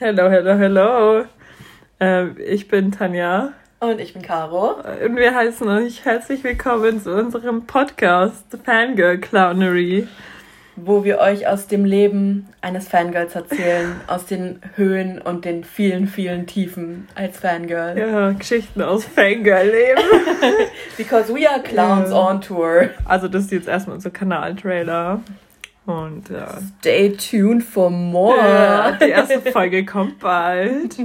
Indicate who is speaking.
Speaker 1: Hello, hello, hello. Ähm, ich bin Tanja
Speaker 2: Und ich bin Caro.
Speaker 1: und wir heißen euch herzlich willkommen zu unserem Podcast Fangirl Clownery.
Speaker 2: wo wir euch aus dem Leben eines Fangirls erzählen, aus den Höhen und den vielen, vielen Tiefen als Fangirl.
Speaker 1: Ja, Geschichten aus Fangirl-Leben.
Speaker 2: Because we are clowns
Speaker 1: Ja.
Speaker 2: on tour.
Speaker 1: Also das ist jetzt erstmal unser Kanal-Trailer. Und äh, ja,
Speaker 2: Stay tuned for more.
Speaker 1: ja, die erste Folge kommt bald.